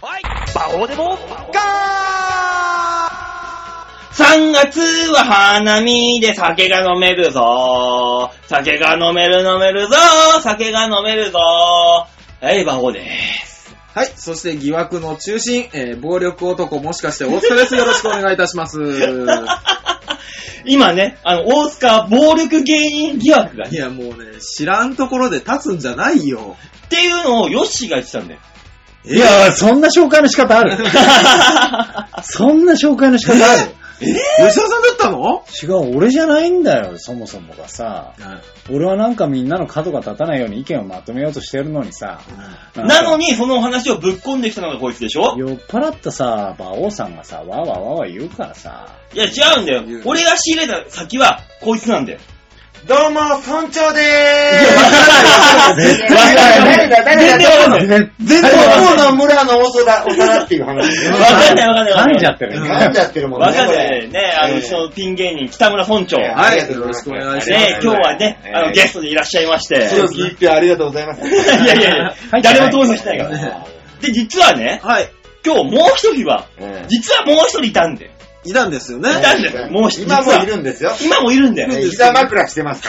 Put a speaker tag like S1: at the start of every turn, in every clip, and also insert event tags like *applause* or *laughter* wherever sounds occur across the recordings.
S1: こうでもガ
S2: 3月は花見で酒が飲めるぞ。酒が飲める飲めるぞ。酒が飲めるぞ。はい、バオです。
S3: はい。そして疑惑の中心、えー暴力男もしかして大塚です。よろしくお願いいた
S2: *laughs*
S3: します。
S2: 今ね、あの、大塚暴力芸人疑惑が
S3: い
S2: ね、
S3: や、もうね、知らんところで立つんじゃないよ。
S2: っていうのをヨッシーが言ってたん
S4: *laughs*
S2: だよ。
S3: え
S4: いや、そんな紹介の仕
S2: *laughs*
S4: 方あるそんな紹介の仕方ある
S3: 吉田さんだったの
S4: 違う、俺じゃないんだよ、そもそもがさ。俺はなんかみんなの角が立たないように意見をまとめようとしてるのにさ。んか
S2: なのに、そのお話をぶっ込んできたのがこいつでしょ
S4: 酔っ払ったさ、馬王さんがさ、わーわーわーわー言うからさ。
S2: いや、違うんだよ
S3: 言う。
S2: 俺が仕入れた先は、こいつなんだよ。
S1: どうも、村長でーす
S4: 絶対わかんない
S1: 誰だ誰だ
S2: わかんない
S1: 誰だ
S4: 全
S1: 向こうの村の大だ大人っていう話です
S2: わ
S1: ね。
S2: かんないわかんないわかん
S4: 噛
S2: なん
S4: じゃ
S2: い。
S4: ってる
S1: 噛んじゃってるもんね。
S2: わかんないね。あ
S1: え
S2: の、
S1: え
S2: うちのピン芸人、北村村長。
S1: え
S2: ね、
S3: はい。よろしくお願いしま
S1: え
S3: す
S1: え。
S2: 今日はね、
S1: ええ
S2: あの、ゲストでいらっしゃいまして。
S1: 強き一票ありがとうございま
S2: *laughs*
S1: す。
S2: いやいやいや
S4: 入、ってない
S2: 誰も投票してないから。で、実はね、
S3: はい。
S2: 今日もう一人は、実はもう一人いたんで。
S3: いたんですよね。
S2: いたんだよ。もう一人。
S1: 今もいるんですよ。
S2: 今もいるんだよ。
S1: ええ膝枕してます。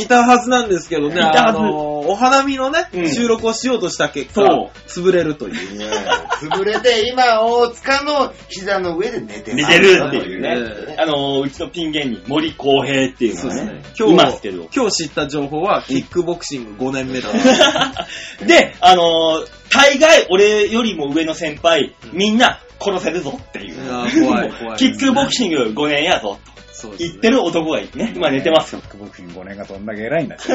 S3: いたはずなんですけどね、
S2: いたはず
S3: あのーお花見のね、
S2: うん
S3: 収録をしようとした結果
S2: そ、
S3: 潰れるという。
S1: 潰れて、今、大塚の膝の上で寝て
S2: 寝
S1: ます
S2: てるっていうね
S3: え。
S2: あの、うちのピン芸人、森公平っていうのがね、いますけど。
S3: 今日知った情報は、キックボクシング5年目だ。
S2: *laughs* で、あのー大概俺よりも上の先輩、みんな殺せるぞっていう。
S3: いやー怖い怖
S2: *laughs*
S3: い
S2: キックボクシング5年やぞと
S3: そうです
S2: 言っ
S3: ね
S2: てる男がいてね、今寝てますよ。
S4: キックボクシング5年がどんだけ偉いんだって。い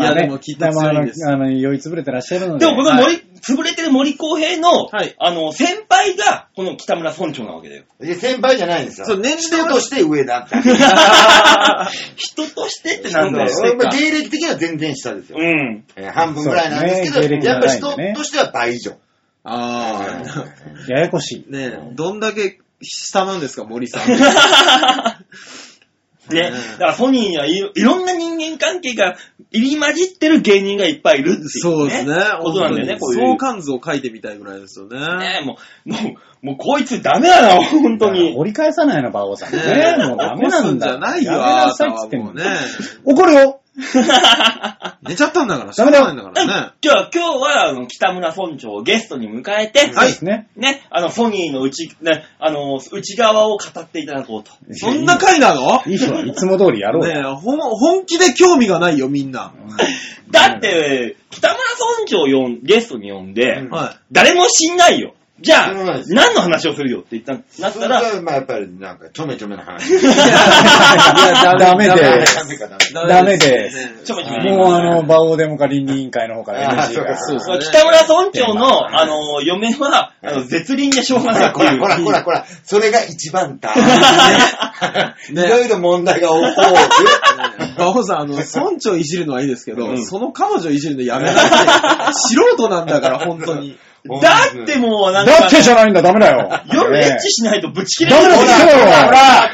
S3: いやでもきっと強いんです
S4: あの、酔いつぶれてらっしゃるので。
S2: でもこの森、潰れてる森公平の、
S3: はい
S2: あの、先輩が、この北村村長なわけだよ。
S1: いや先輩じゃないんですよ。
S3: そう年齢
S1: 人
S3: は
S1: として上だった。
S2: *laughs* 人としてってなんだ
S3: 人とし
S2: よ。
S3: てか
S1: 芸歴的には全然下ですよ。
S2: うん。
S1: えー半分ぐらいなんですけ
S4: そうで
S1: ど、
S4: すね芸歴
S1: やっぱ人
S4: 長いんでね
S1: としては倍以上。
S3: ああ。
S4: ややこしい。
S3: ねえ、どんだけ下なんですか、森さん。
S4: *laughs*
S2: ね、
S3: うん
S2: だからソニーにはいろいろんな人間関係が入り混じってる芸人がいっぱいいるっていう、ね。
S3: そうですね。
S2: ことなんだよね、
S3: 本
S2: こ
S3: 当
S2: う
S3: に
S2: いう。
S3: 相関図を書いてみたいぐらいですよね。
S2: ねもう、もう、もうこいつダメだな、本当に。
S4: 折り返さないの、馬王さん。
S3: ね
S4: ねもうダメなんだ。
S3: 起こすんじゃないよ、
S4: やめ
S3: あ
S4: な
S3: なた
S4: さいっつ
S3: は
S4: ってん
S3: も
S4: の
S3: うね。
S4: 怒るよ
S3: 寝ちゃったんだから、しょうがないんだからね。
S2: じゃあ今日は、あの、北村村長をゲストに迎えて、
S3: はい
S4: ですね。
S2: ね、あの、ソニーの内、ね、あの、内側を語っていただこうと。
S3: そんな回なの
S4: いい人はいつも通りやろう
S3: ね
S4: よ。
S3: え、ほん、本気で興味がないよ、みんな。
S2: だって、北村村長を呼んゲストに呼んで、
S1: うん
S3: は
S2: 誰も知んないよ。じゃあ
S1: そうなんで、す
S2: 何の話をするよって言った、なっ
S1: そ
S2: た
S1: れ
S2: ら、
S1: は、まあやっぱりなんか、ちょめちょめな話。
S4: いやダメ
S3: ダメ
S4: で。
S3: です
S1: ダメかダメ
S3: い。
S4: ダメです。
S3: ねえ
S2: ちょめちょめ
S4: もうあの、馬王デモか倫理委員会の方から NG が。
S1: あーそうか
S3: そうですね
S2: 北村村長の、あの、嫁は、あの、絶倫でしょう
S1: ほ
S2: がない
S1: ら
S2: って
S1: ほ
S2: い
S1: ら
S2: う。
S1: ほらほらほら、それが一番だ。い
S3: ね
S1: ろいろ問題が多く。
S3: 馬王さん、あの、村長いじるのはいいですけど、
S2: うん
S3: その彼女いじるのやめないで。素人なんだから、本当
S4: *laughs*
S3: に。
S2: だってもうなんか、
S4: だってじゃないんだ、ダメだよ。
S2: 夜エ
S4: ね
S2: ッチしないとぶち切れ
S4: ダメ
S2: る
S4: だって言ってろよ。
S1: ほ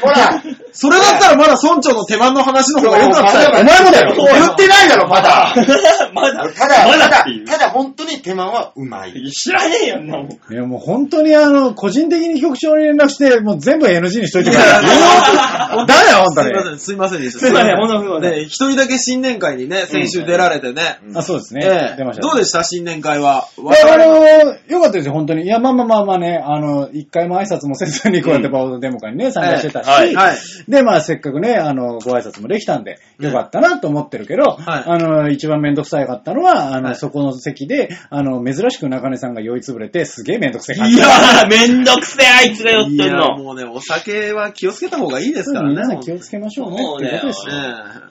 S1: ら、
S3: それだったらまだ村長の手間の話の方が良かったよ。
S4: お前もだよ。
S1: 言ってないだろ、まだ。
S2: *laughs* ま
S1: た
S2: だ、
S1: だ、た
S2: まだ
S1: だ
S2: ってい、
S1: ただ本当に手間はうまい。
S2: う。知らねえよ、んなもん。
S4: いや、もう本当にあの、個人的に局長に連絡して、もう全部 NG にしといてください。ダメだよ、本当
S3: すいま
S4: に。
S3: せん、すいませんでした。
S2: すいません、ほんとすいません。
S3: ね、一人だけ新年会にね、先週出られてね。
S4: あ、そうですね。
S3: ええ
S4: 出ました。
S3: どうでした新年会は。
S4: いやあのよかったですよ、本当に。いや、まあまあまあまあね、あの、一回も挨拶もせずにこうやってバオデモ会にね、参加してたし、
S2: はい
S3: はい
S4: で、まあせっかくね、あの、ご挨拶もできたんで、よかったなと思ってるけど、
S3: はい
S4: あの、一番めんどくさいかったのは、あの、
S3: はい
S4: そこの席で、あの、珍しく中根さんが酔いつぶれて、すげえめんどくせえかった。
S2: いやー、めんどくせえ、あいつが酔って
S3: い
S2: ん
S3: や、
S2: の。
S3: もうね、お酒は気をつけた方がいいですからね。
S4: 皆さん気をつけましょうね。っていうことですよ。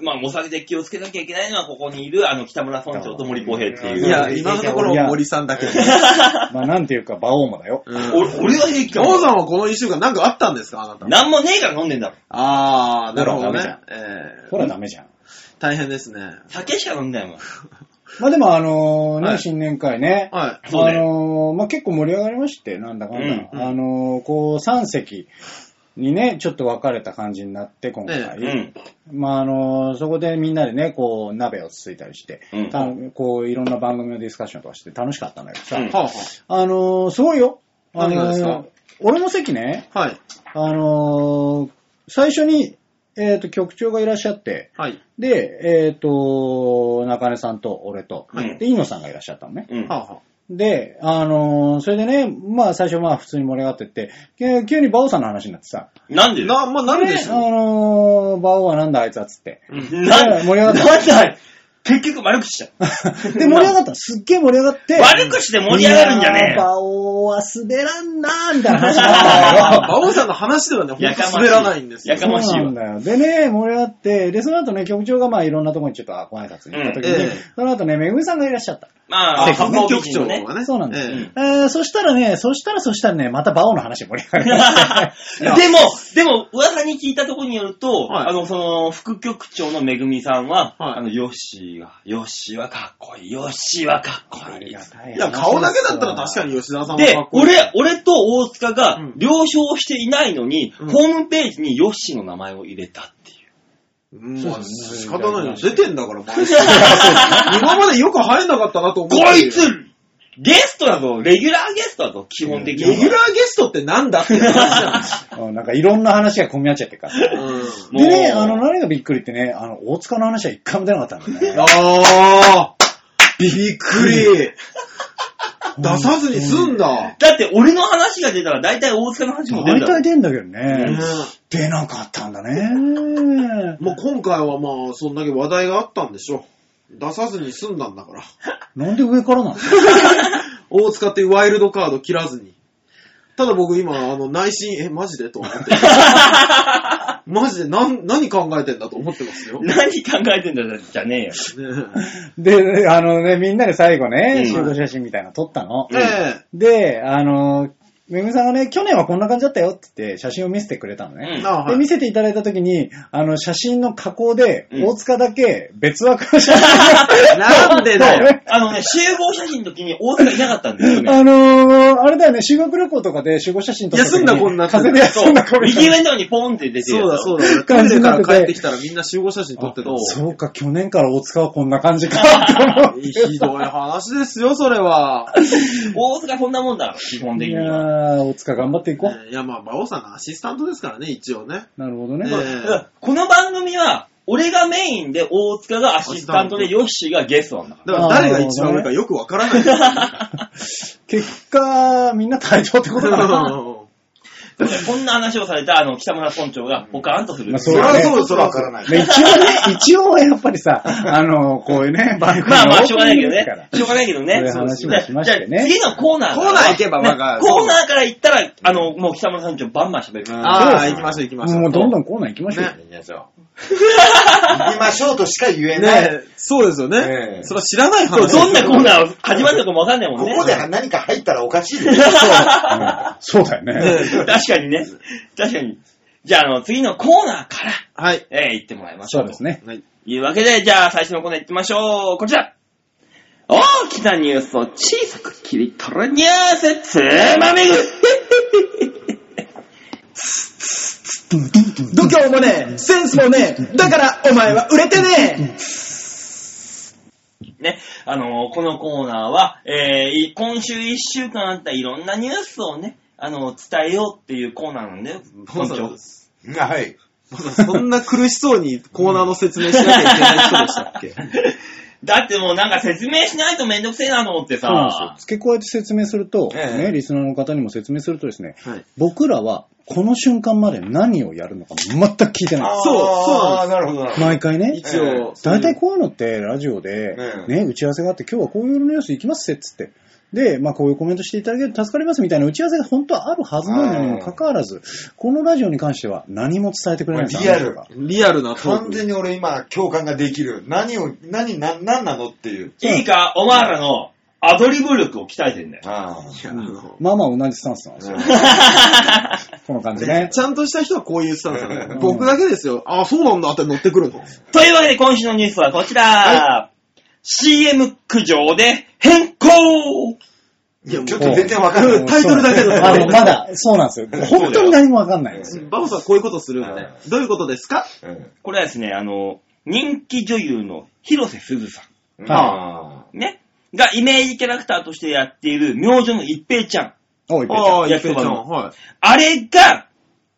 S3: え
S2: まあ、お酒で気をつけなきゃいけないのは、ここにいる、あの、北村村長と森公平ってい
S3: え
S2: う。
S3: いや、今のところ森さんだけで。うん
S4: まあなんていうか、馬王もだよ。
S2: 俺、俺は平気か
S3: 王
S2: も。
S3: さんはこの一週間なんかあったんですかあなた。
S2: なんもねえから飲んでんだもん。
S3: あー、なるほど
S4: ほら
S3: ね
S4: ダ。
S3: ええ
S4: ほらダメじゃん。
S3: 大変ですね。
S2: 酒しか飲んでないもん。
S4: まあでもあのね、
S3: はい
S4: 新年会ね。
S3: は
S2: そうね
S4: あのーまあ、結構盛り上がりまして、なんだかんだ。
S2: うん
S4: あのーこう、3席、にね、ちょっと別れた感じになって、今回。
S2: うん。うん。
S4: まあ、あの、そこでみんなでね、こう、鍋をつついたりして、
S2: うん
S4: たこう、いろんな番組のディスカッションとかして楽しかったんだけどさ、
S2: うん
S3: はあは
S4: あの、すごいよ。あ
S3: 何がですか
S4: の、俺の席ね、
S3: あ。はい。
S4: あの、最初に、えっ、と、局長がいらっしゃって、
S3: はい。
S4: で、えっ、と、中根さんと俺と、
S2: はい
S4: で、井野さんがいらっしゃったのね。
S2: うん
S3: はあは
S4: で、あのーそれでね、まあ最初まあ普通に盛り上がってって、急急にバオさんの話になってさ、
S2: なんで
S3: あ。な、まあ、なるでし
S4: ねあ
S3: ょう。
S4: のーバオはなんだあいつはっつって。
S2: なん
S4: で盛り上がっ
S2: なんだ結局悪口じゃん。
S4: た。で、盛り上がったの。すっげえ盛り上がって。
S2: 悪口で盛り上がるんじゃねえよ。
S4: いやーバオは滑らんなーみたいな話にな
S3: *laughs*
S4: ったんだよ。
S3: 馬王さんの話ではね、ほん
S2: や
S3: と
S2: かましい
S3: 滑らないんですよ。
S2: やかましい
S4: そうなんだよ。でね、盛り上がって、で、その後ね、局長がまあいろんなとこにちょっとあご挨拶に行った時に、
S3: うんええ
S4: その後ね、めぐみさんがいらっしゃった。
S2: まあ、
S3: あ、
S2: 発
S3: 発
S2: 泡
S3: 行
S2: 局
S3: 局
S2: 長
S3: 長
S2: ね。 *laughs*
S3: がね。
S4: そうなんです
S3: ええ
S4: えー、そしたらね、そしたらそしたらね、またバオの話盛り上がる。
S2: *laughs* でも、でも、噂に聞いたところによると、
S3: はい
S2: あの、その、副局長のめぐみさんは、
S3: はい
S2: あの、ヨッシーが、ヨッシーはかっこいい、ヨッシーはかっこいい。
S4: たい
S3: いや、顔だけだったら確かに吉田さんも
S2: で
S3: かっ、こいい。
S2: 俺、俺と大塚が
S3: うん
S2: 了承していないのに、
S3: うん
S2: ホームページにヨッシーの名前を入れたっていう。
S3: うん、
S4: そう
S3: ま
S4: で
S3: あ、
S4: す
S3: 仕
S4: ね
S3: 方ないよ。出てんだから、毎週今までよく入んなかったなと思って。
S2: こいつゲストだぞレギュラーゲストだぞ基本的
S3: レギ
S2: に。
S3: ュラーゲストってなんだって話なんです
S4: うんなんかいろんな話が込み合っちゃってるからさ。
S3: よ。うん。
S4: でね、
S2: もう
S4: あの、何がびっくりってね、あの、大塚の話は一回も出なかったんだよね。
S3: あーびっくり出さずに済んだ。
S2: だって俺の話が出たら大体大塚の話も出る
S4: 大
S2: だろ
S4: 体。出んだけどね
S3: ね。
S4: 出なかったんだね。
S3: もう今回はまあ、そんだけ話題があったんでしょう。出さずに済んだんだから。
S4: なんで上からなの
S3: 大塚っていうワイルドカード切らずに。ただ僕今、あの、内心、え、マジでと思って。マジで、なん、何考えてんだと思ってますよ。ね
S2: 何考えてんだよじゃねえよ。
S4: で、あのね、みんなで最後
S2: うん
S4: ね、集合写真みたいなの撮ったの
S3: え。え
S4: で、あの、めぐみさんがね、去年はこんな感じだったよって言って、写真を見せてくれたの
S2: う
S4: ね
S2: ん。
S3: あは
S4: で、
S3: い
S4: 見せていただいたときに、あの、写真の加工で、
S2: うん
S4: 大塚だけ別枠の写真
S2: *laughs*
S4: が
S3: なんでだよ。
S2: あのね、集合写真の時に大塚いなかったんだよ
S3: *laughs*
S2: ね。
S4: あのー、あれだよね、修学旅行とかで集合写真撮った時に
S3: 休んだ子になってる
S4: 風で
S2: そ
S4: 休
S2: う。
S4: んだ子みた
S2: 右
S4: いな。
S2: 上のとこにポンって出てる
S3: そうだそうだ。俺ト
S4: 感
S3: イ
S4: じ
S3: レ
S4: に
S3: か
S4: なって
S3: ら
S4: て
S3: 帰ってきたらみんな集合写真撮ってた。
S2: あ
S4: そうか、去年から大塚はこんな感じかと思って。
S3: ひどい話ですよ、それは。
S2: 大塚こんなもんだから、基 *laughs* 本的
S4: い
S2: に
S4: や
S2: は。
S4: ー、大塚頑張っていこう。
S3: いや、まあ、馬王さんのアシスタントですからね、一応ね。
S4: なるほど
S3: え
S4: ね。
S2: だから *laughs* この番組は、俺がメインで大塚がアシスタントでヨッシーがゲストなんだ
S3: *laughs*
S2: か
S3: だから誰が一番上かよくわからない。
S4: 結果、みんら体調ってことだ
S2: ら。
S4: な。
S2: だからこんな話をされたあの北村村長がポカーンとする。
S4: まあ
S3: そ
S4: そう
S3: り
S4: だ
S3: ゃ
S4: ね
S3: そう、そりゃわからない。
S4: ね一応ね、一応はやっぱりさ、あのー、こういうね、番組
S2: まあまあ、
S4: の
S2: しょうがないけど
S4: オープニングで
S2: ね
S4: すから。
S2: しょうがないけどね。
S4: そういう話もしましてね
S2: じゃあ次のコーナー。
S3: コーナー行けばわかる
S2: ねコーナーから行ったら、あの、もう北村村長バンバン喋るから。
S3: ああ、行きましょう、行きましょう。
S4: もうどんどんコーナー行きましょうよ。
S3: ね。
S1: 行きましょうとしか言えない。
S3: ねそうですよ
S1: え
S3: ね。
S1: え
S3: それは知らない
S2: そう
S3: 話。
S2: どんなコーナー始まるのかもわかんないもん
S1: こ
S2: ね。
S1: こで何か入ったらおかしい
S4: う
S1: です。
S4: んそうだよ
S2: *laughs*
S4: ね。
S2: 確かにね。確かに。じゃあ、あの、次のコーナーから、
S3: はい。
S2: えー、行ってもらいましょ。
S4: そううです。ね。
S3: はい。
S2: というわけで、じゃあ、最初のコーナー行ってみましょう。こちら大きなニュースを小さく切り取るニュースつまみぐ
S5: 度胸もねえ、センスもねえ、だからお前は売れてね
S2: *laughs* ね、あのーこのコーナーは、えーい今週一週間あったいろんなニュースをね、あのー伝えようっていうコーナーなんだよ。
S3: 馬王さん、
S1: はい。
S3: 馬王さんそんな苦しそうにコーナーの説明しなきゃいけない人でしたっけ
S2: *laughs*
S3: *laughs*
S2: だってもうなんか説明しないとめんどくせえなと思って
S4: そうなんですよ
S2: さ。。
S4: 付け加えて説明すると、
S3: ええ
S4: ね、リスナーの方にも説明するとですね、
S3: はい。
S4: 僕らはこの瞬間まで何をやるのか全く聞いてない
S3: あそうそう
S1: ああ、なるほど、なるほど。
S4: 毎回ね。
S3: 一応、
S4: 大体こういうのってラジオで、
S1: ええ
S4: ね、打ち合わせがあって、今日はこういうニュース行きますせっつって。で、まあこういうコメントしていただけると助かりますみたいな打ち合わせが本当はあるはずなのにもかかわらず、このラジオに関しては何も伝えてくれないんです
S1: リアル
S3: リアルなトー
S1: 完
S3: ク。
S1: 全に俺今、共感ができる。何を、何、な、なんなのっていう。
S2: いいか、お前らのアドリブ力を鍛えてんだよ。
S1: あ
S3: いやあの
S4: まあまあ同じスタンスなんですよ。
S1: あ。
S4: この感じね。
S3: ちゃんとした人はこういうスタンスだ
S4: う
S3: ね
S4: ん。
S3: 僕だけですよ。ああ、そうなんだって乗ってくるの。
S2: というわけで今週のニュースはこちら、CM 苦情で変更
S3: いや、もう
S1: ちょっと全然わかんない。
S3: タイトルだけだと
S4: あの、まだ、そうなんですよ。本当に何もわかんないんですよ。
S3: バオさんこういうことするんだよ。どういうことですか
S1: うん
S2: これはですね、あの、人気女優の広瀬すずさ
S1: あ
S2: ん。ね。がイメージキャラクターとしてやっている明星の一平ちゃん。
S4: おい、ペイちゃん
S3: ああ、やけちゃん。はい。
S2: あれが、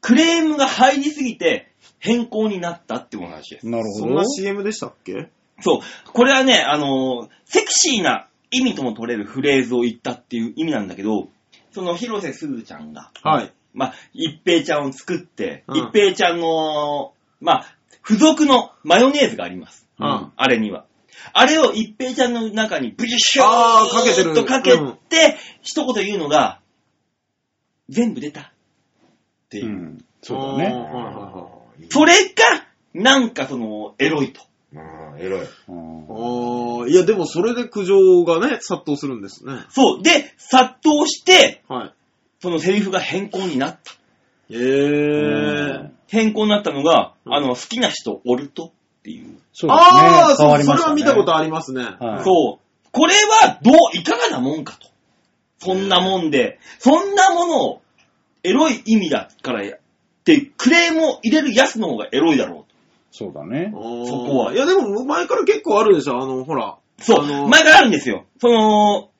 S2: クレームが入りすぎて、変更になったっていう話です。
S4: なる
S3: そ
S4: ほ
S3: ん
S4: ど
S3: な。CM でしたっけ
S2: そう。これはね、あのーセクシーな意味とも取れるフレーズを言ったっていう意味なんだけど、その広瀬すずちゃんが、
S3: はい。
S2: まあ、一平ちゃんを作って、
S3: うん
S2: 一平ちゃんの、まあ、付属のマヨネーズがあります。
S3: うん
S2: あれには。あれを一平ちゃんの中にブシュッシュ
S3: あーかけて
S2: ーっ
S3: る
S2: とかけて、
S3: うん
S2: 一言言うのが、全部出た。っていうう。
S4: ん。そうだね。
S3: ね。
S2: それが、なんかその、エロいと。
S1: うん、エロい。
S4: うん
S3: ああ、いや、でもそれで苦情がね、殺到するんですね。
S2: そう。で、殺到して、
S3: は
S2: そのセリフが変更になった。
S3: い。へえ。
S2: 変更になったのが、
S3: うん
S2: あの、好きな人おるとっていう。
S4: そうですね。
S3: ああ、
S4: 変
S3: そ
S4: わ
S3: う、
S4: り
S3: そ
S4: ま
S3: れ
S4: した
S3: は
S4: ね
S3: 見たことありますね。
S4: はい
S2: そう。これはどう、いかがなもんかと。そんなもんで、そんなものを、エロい意味だからや、って、クレームを入れるやつの方がエロいだろ
S4: そうだね
S3: あ。ー
S2: そこはい
S3: や、でも前から結構あるでしょ、あの、ほら。
S2: うと。そ
S3: あの
S2: う。前からあるんですよ。その、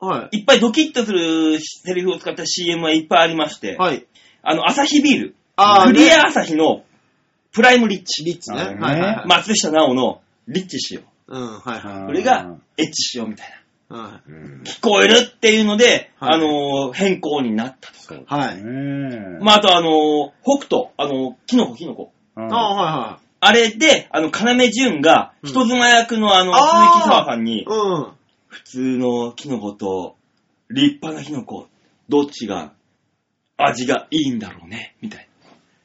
S3: はい
S2: っぱいドキッとするセリフを使った CM はいっぱいありまして、
S3: い。はい。
S2: あの、アサヒビール、
S3: あー
S2: クリ
S3: ね
S2: アアサヒのプライムリッチ、
S3: リッチね。
S4: あ
S3: は
S4: れ
S3: い
S4: ね
S3: はいはい。
S2: 松下奈緒のリッチしよ
S3: うん、はいは
S2: う。
S4: こ
S2: これが、エッチしようみたいな。
S3: い。は
S1: うん。
S2: 聞こえるっていうので、
S3: はい
S2: あのー変更になったとか。
S3: い。はい。
S4: ねえ。
S2: まあ、あとあのー北斗、あのーキノコキノコ。
S4: うん
S3: あ
S2: あれで、あの、要潤が、
S3: うん
S2: 人妻役のあの、
S3: あー
S2: 鈴木沢さん
S3: ー、
S2: に、
S3: はいはい。うん。
S2: 普通のキノコと、立派なキノコ、どっちが、味がいいんだろうね、みたい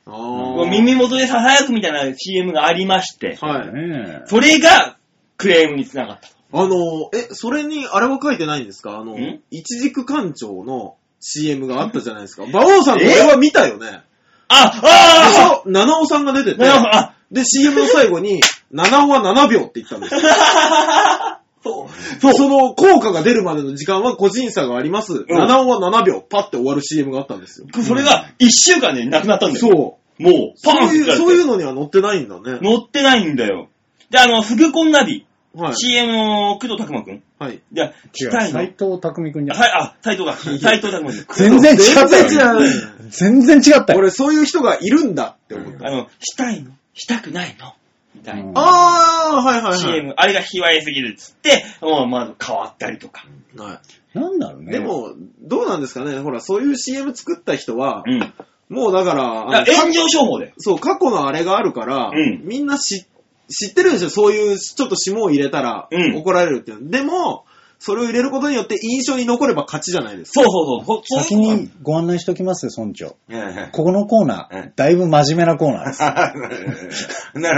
S3: あ
S2: な。
S3: あ。
S2: 耳元で囁くみたいな CM がありまして、
S3: はい。
S4: ねえ
S2: それが、クレームにつながったと。
S3: あの、え、それに、あれは書いてないんですかあの
S2: ん、
S3: 一軸館長の CM があったじゃないですか。馬王さんこれは見たよね。
S2: あ、
S3: でし
S2: あ
S3: ょ七尾さんが出て
S2: あ
S3: て
S2: な、るほど、あ、
S3: で、CM の最後に、七尾は7秒って言ったんですよ。
S2: そう。
S3: そう。その効果が出るまでの時間は個人差があります。七尾は7秒、パッて終わる CM があったんですよ。
S2: それが、一週間でなくなったんだよ。
S3: そう。
S2: もう、
S3: そ
S2: パンっ
S3: う
S2: て
S3: いう、
S2: や
S3: そういう
S2: る。
S3: のには載ってないんだね。
S2: 乗ってないんだよ。で、あの、フグコンナビ、
S3: はい。
S2: CM の工藤拓馬くん。
S3: はい。
S2: じゃあ、
S4: 違
S2: たい
S4: う、
S2: の。は
S4: 斎
S2: い、
S4: 藤匠くんじゃん。
S2: あ、斎藤だ。斎藤拓馬くん。
S4: 全然違った
S3: 全然
S4: よ。
S3: 違う。
S4: 全然違ったよ。
S3: 俺、そういう人がいるんだって思った。
S2: あの、したいのしたくないのみたい
S4: うん
S2: な。
S3: あー、はいはいはい。
S2: CM、あれが卑猥すぎるっつって、もうまず変わったりとか。
S3: は
S4: なんだろう
S3: い。
S4: ね。
S3: でも、どうなんですかねほら、そういう CM 作った人は
S2: う、ん。だか
S3: もうだから、あ
S2: ら
S3: の
S2: 炎上商法だよ。
S3: そう、過去のあれがあるから、
S2: うん
S3: みんな知知ってるでしょそういう、ちょっと霜を入れたら
S2: うん
S3: 怒られるっていう。でも、それを入れることによって印象に残れば勝ちじゃないです
S2: そ
S3: か。
S2: うそうそう。そ
S4: 先にご案内しときますよ、村長。
S1: な
S4: ここのコーナ
S1: うん
S4: ー、だいぶ真面目なコーナーです。
S1: る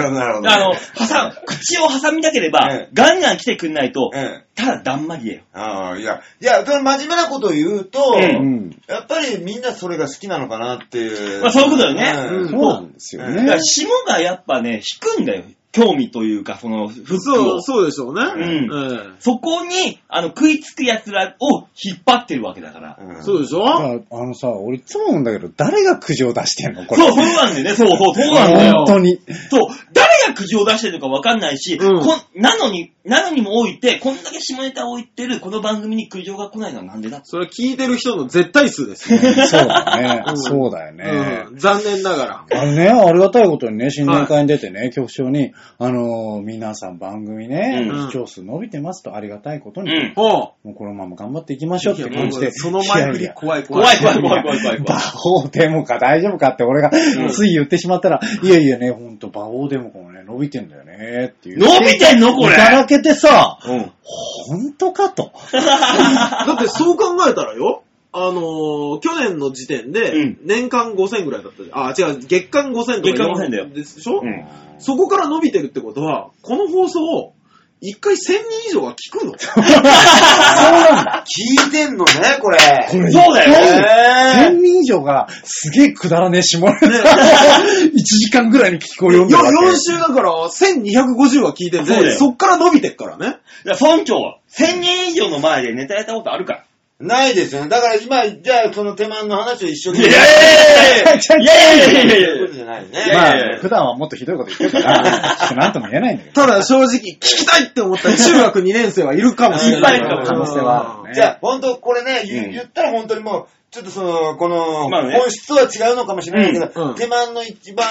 S1: ほど、なるほど。
S2: あの、挟む、口を挟みたければ
S1: うん、
S2: ガンガン来てくんないと
S1: う、ん。
S2: ただだんまりだよ。
S1: ああ、いや、いや、その真面目なことを *laughs* 言うと、
S4: うん。
S1: やっぱりみんなそれが好きなのかなっていう。
S2: まあそういうことだよね
S4: そう
S1: うん
S4: なんですよ
S2: だか
S4: ね
S2: ら。霜がやっぱね、引くんだよ。興味というか、その、服
S3: そ
S2: を。そ
S3: う、そうでしょうね。
S2: うん
S3: ええ
S2: こに、あの、食いつく奴らを引っ張ってるわけだから。
S1: うん
S3: そうでしょ
S4: だからあのさ、俺いつも思うんだけど、誰が苦情出してんのこれ。
S2: そう、そうなんだよね。そうそう、そうなんだよ
S4: 本。当に。
S2: そう、誰が苦情を出してるのかわかんないし、
S3: うん
S2: こんなのに、なのにもおいて、こんだけ下ネタを言ってる、この番組に苦情が来ないのはなんでだ
S3: それは聞いてる人の絶対
S2: *laughs*
S3: 数ですよ、
S4: そうだね
S3: う。ん
S4: そうだよね
S3: う。ん残念ながら。、
S4: あのね、ありがたいことにね、新年会に出てね、局長に、あのー、皆さん番組ね
S2: うん
S4: 視聴数伸びてますとありがたいこと
S2: う
S4: に、
S2: ん。
S3: ほ
S4: もうこのまま頑張っていきましょうって感じ
S3: いやも
S4: で。
S3: うその前振り
S4: いやいや
S3: 怖い怖
S2: 怖
S3: い。
S2: い怖い怖い怖い怖い怖
S4: 馬
S2: い。
S4: 王デモか大丈夫かって俺がつい言ってしまったら、いやいやね、ほんと馬王デモかもね、伸びてんだよねっていう。
S2: 伸びてんのこれ
S4: いただけてさ、
S2: うん。
S4: ほんとかと。
S3: *laughs* だってそう考えたらよ、あのー去年の時点
S2: う
S3: で
S2: ん、
S3: 年間5000ぐらいだったじゃん。あ、違う、月間5000とか。
S2: 月間5000だよ
S3: でしょ、
S2: うん。
S3: そこから伸びてるってことは、この放送を、一回1000人以上が聞くの
S1: 聞いてんのね、これ。
S4: これ
S2: そうだよね。
S1: え
S4: 1000人以上がすげえくだらねえ下ネタを1時間ぐらいに聞こえよ
S3: よ
S4: んだわけ
S3: 4週だから、1250は聞いて
S2: そうだ
S3: て、
S2: よ
S3: そっから伸びてっからね。
S2: いや、村長は、1000人以上の前でネタやったことあるから。
S1: ないですよね。だから今、じゃあその手間の話を一緒
S2: イェー
S1: に。
S2: イイェーイイェーイ
S1: そういうことじゃないよね。
S2: や
S4: ま
S2: いやいや
S4: あ、普段はもっとひどいこと言ってるから、ちょっとなんとも言えないんだけど。
S3: ただ正直、聞きたいって思ったら中学2年生はいるかもしれない。
S2: いっぱいいる
S4: 可能性はあるね。
S1: じゃあ、本当これね、言
S2: うん
S1: 言ったら本当にもう、ちょっとその、この、
S2: まあね
S1: 本質は違うのかもしれないけ
S3: うんう
S1: ど、
S3: ん
S1: 手間の一番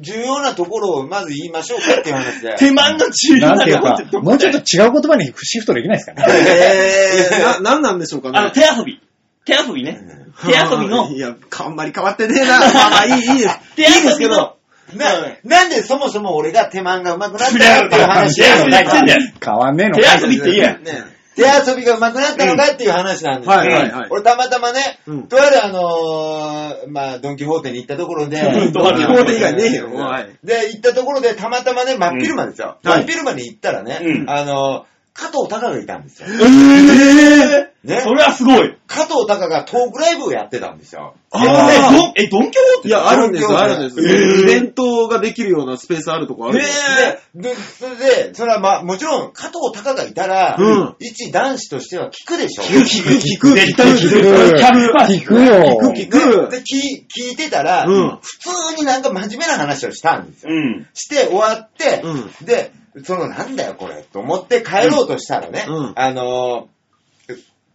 S1: 重要なところをまず言いましょうかっていう話で。
S2: *laughs* 手間の中
S4: なんていう
S2: な
S4: か
S2: と、こ
S4: もうちょっと違う言葉にシフトできないですか
S3: *laughs*
S4: ね。
S3: えー、な、なんなんでしょうかね。
S2: あの、手遊び。手遊びね。手遊びの
S3: い、や、あんまり変わってねえな。まあまあいい、いいです。
S2: *laughs* 手
S3: いいです
S2: 遊び
S3: け
S2: の
S3: ど、、
S1: な、なんでそもそも俺が手間が上手くなったか
S2: *laughs*
S1: っていう話
S2: 手遊び
S1: な
S2: や
S1: い
S2: ってんだよ。
S4: 変わんねえの
S2: 手遊びって言えや。
S3: ね。
S1: 手遊びが上手くなったのかっていう話なんですよ、
S3: はいはいはい
S1: 俺たまたまね、
S3: うん
S1: とあるあのーまあ、ドンキホーテに行ったところで、
S2: うん
S3: *laughs* ドンキホーテ以外ねえよ
S1: うん
S3: もうはい
S1: で、行ったところで、たまたまね、真っ昼間ですよ。
S3: うんはい
S1: 真っ昼間に行ったらね、
S2: うん
S1: あのー加藤隆がいたんですよ。
S2: え
S1: ね
S2: それはすごい。
S1: 加藤隆がトークライブをやってたんですよ。
S2: え、
S3: あー
S2: どん、え、ドンキョー
S3: いや、あるんですよ、あるんですよ。
S2: えー
S3: イベントができるようなスペースあるとこあるん
S2: ね
S3: ですよ
S1: で、でそれで、それはまあ、もちろん、加藤隆がいたら、
S3: うん
S1: 一男子としては聞くでしょ。
S3: 聞く、聞く、
S2: 絶
S3: 聞く、
S2: 対
S3: 聞く。
S4: 聞く
S3: 聞
S4: よ。
S3: く聞く
S1: で、聞い聞いてたら、
S3: うん
S1: 普通になんか真面目な話をしたんですよ。
S2: うん。
S1: して終わって、
S3: う
S1: で、そのなんだよこれと思って帰ろうとしたらね、
S3: うんうん
S1: あのー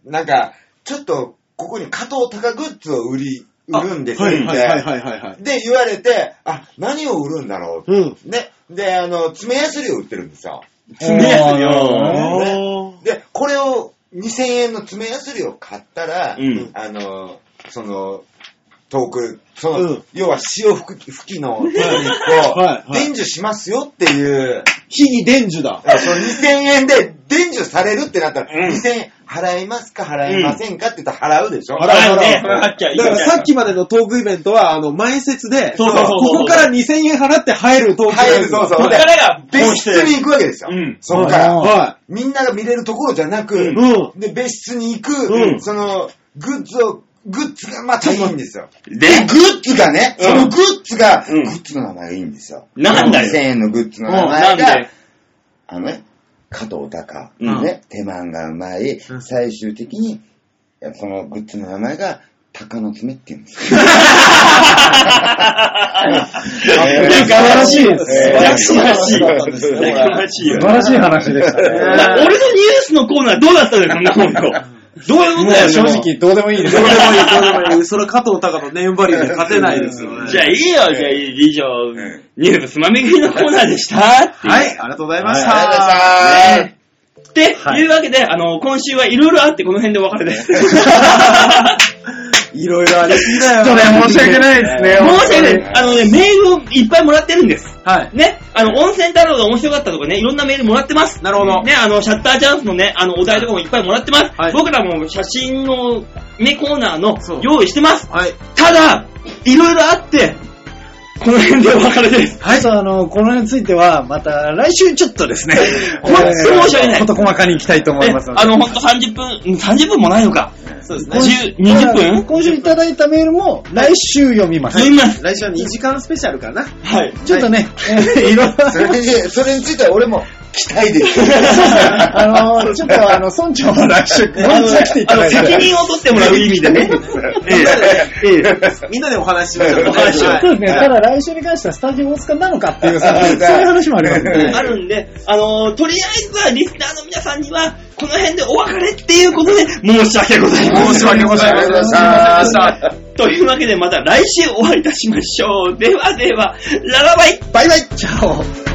S1: なんか、ちょっとここに加藤鷹グッズを売り、売るんですよ
S3: は
S1: っ
S3: い
S1: て、
S3: はいはいはいはいはい。
S1: で、言われて、あ、何を売るんだろう。
S3: うん。
S1: ね。で、あの、爪やすりを売ってるんですよ。
S2: 爪やすよ
S4: あ
S1: ね
S3: おー
S1: で、これを2000円の爪やすりを買ったら、
S2: うん
S1: あの、その、トーク、その、
S3: うん
S1: 要は潮吹き吹きのテクニックを
S3: はいはい
S1: 伝授しますよっていう、
S3: 非に伝授だ。
S1: その2000円で伝授されるってなったら、
S2: うん
S1: 2000円払いますか払いませんかって言ったら払うでしょ、
S3: 払う払う
S2: ね、払っちゃいい
S3: だからさっきまでのトークイベントは、あの、前説で、
S2: そうそうそうそう
S3: ここから2000円払って入るトークイ
S1: 入
S3: ベ
S1: る、
S3: ント。
S1: そうそう。
S2: こっからが
S1: で別室に行くわけですよ。
S2: うん
S1: そこから。
S3: は
S1: みんなが見れるところじゃなく、
S3: い。うん。
S1: で、別室に行く、
S2: うん
S1: その、グッズを、グッズがまたいいんですよ。
S2: で
S1: で、グッズがね、
S2: うん
S1: そのグッズが、
S2: うん
S1: グッズの名前がいいんですよ。
S2: なんだよ
S1: 2000円のグッズ
S2: うん、
S1: の名
S2: な
S1: 前
S2: ん
S1: が、
S2: で。
S1: あのね、加藤隆、
S2: うん
S1: ね、手間がうまい、
S3: うん
S1: 最終的に、そのグッズの名前が、鷹の爪って言うん
S2: *laughs*
S1: ですよ。
S2: いや素晴
S4: らしいです
S1: えー
S2: 素晴らしい。
S1: *laughs* そうなんです
S2: 素
S1: よ
S2: 晴らしいよ
S4: 素晴。らしい話でした
S2: だ
S4: ね。
S2: から俺のニュースのコーナーどうだったのよ、なんだもんよ。どういうこと
S4: もう
S2: だよ、
S4: 正。直どうでもいいです
S3: どうでもいい、どうでもいい。それ加藤隆のネームバリューで勝てないですよね。
S2: じゃあいいよ、じゃあ以上、ニュースつまみ食いのコーナーでした。
S3: はい、ありがとうございました。
S1: ありがとうございました
S2: ねって、
S4: はい
S2: いうわけで、あの、今週はいろいろあって、この辺でお別れです。申し
S3: いろいろありすぎだよ。
S4: ない *laughs* です
S2: 訳ない。あのね、メールをいっぱいもらってるんです。
S3: はい。
S2: ね、あの、温泉太郎が面白かったとかね、いろんなメールもらってます。
S3: なるほど
S2: ね、あの、シャッターチャンスのね、あの、お題とかもいっぱいもらってます。
S3: はい
S2: 僕らも写真の、ね、コーナーの
S3: そう
S2: 用意してます。
S3: はい。
S2: ただ、いろいろあって、この辺でお別れです。
S4: はい。そう、あの、このについては、また来週ちょっとですね、
S2: 本当に申し訳
S4: *laughs*
S2: ない
S4: こと細かにいきたいと思いますの
S2: ね
S4: で。
S2: あの、ほんと30分、30分もないのか。
S3: そうですね。
S2: 10 20
S4: 今週
S2: 分
S4: 今週いただいたメールも来週読みます。
S2: 読みます。
S3: 来週は2時間スペシャルかな。
S2: はい。
S4: ちょっとね、えー *laughs* いろんな。
S1: それに、それについては俺も期待
S2: *laughs*
S1: できる。
S4: あの、ちょっとあの、村長も来週、
S2: あ
S4: 村
S2: の、
S4: 長来ていただいて。
S2: 責任を取ってもらう意味
S3: *laughs*
S2: でね。ええええ
S3: みんなでお話ししましょう。
S2: お話ししま
S4: そうですね、ただ来週に関してはスタジオ大塚なのかっていうさ、そういう話もありますね。
S2: あるんで、あのーとりあえずはリスナーの皆さんには、この辺でお別れっていうことで、申し訳ございません。
S3: 申し訳ございません
S1: ありがとうございました。
S2: というわけで、また来週お会いいたしましょう。ではでは、ララバイ
S4: バイバイチャオ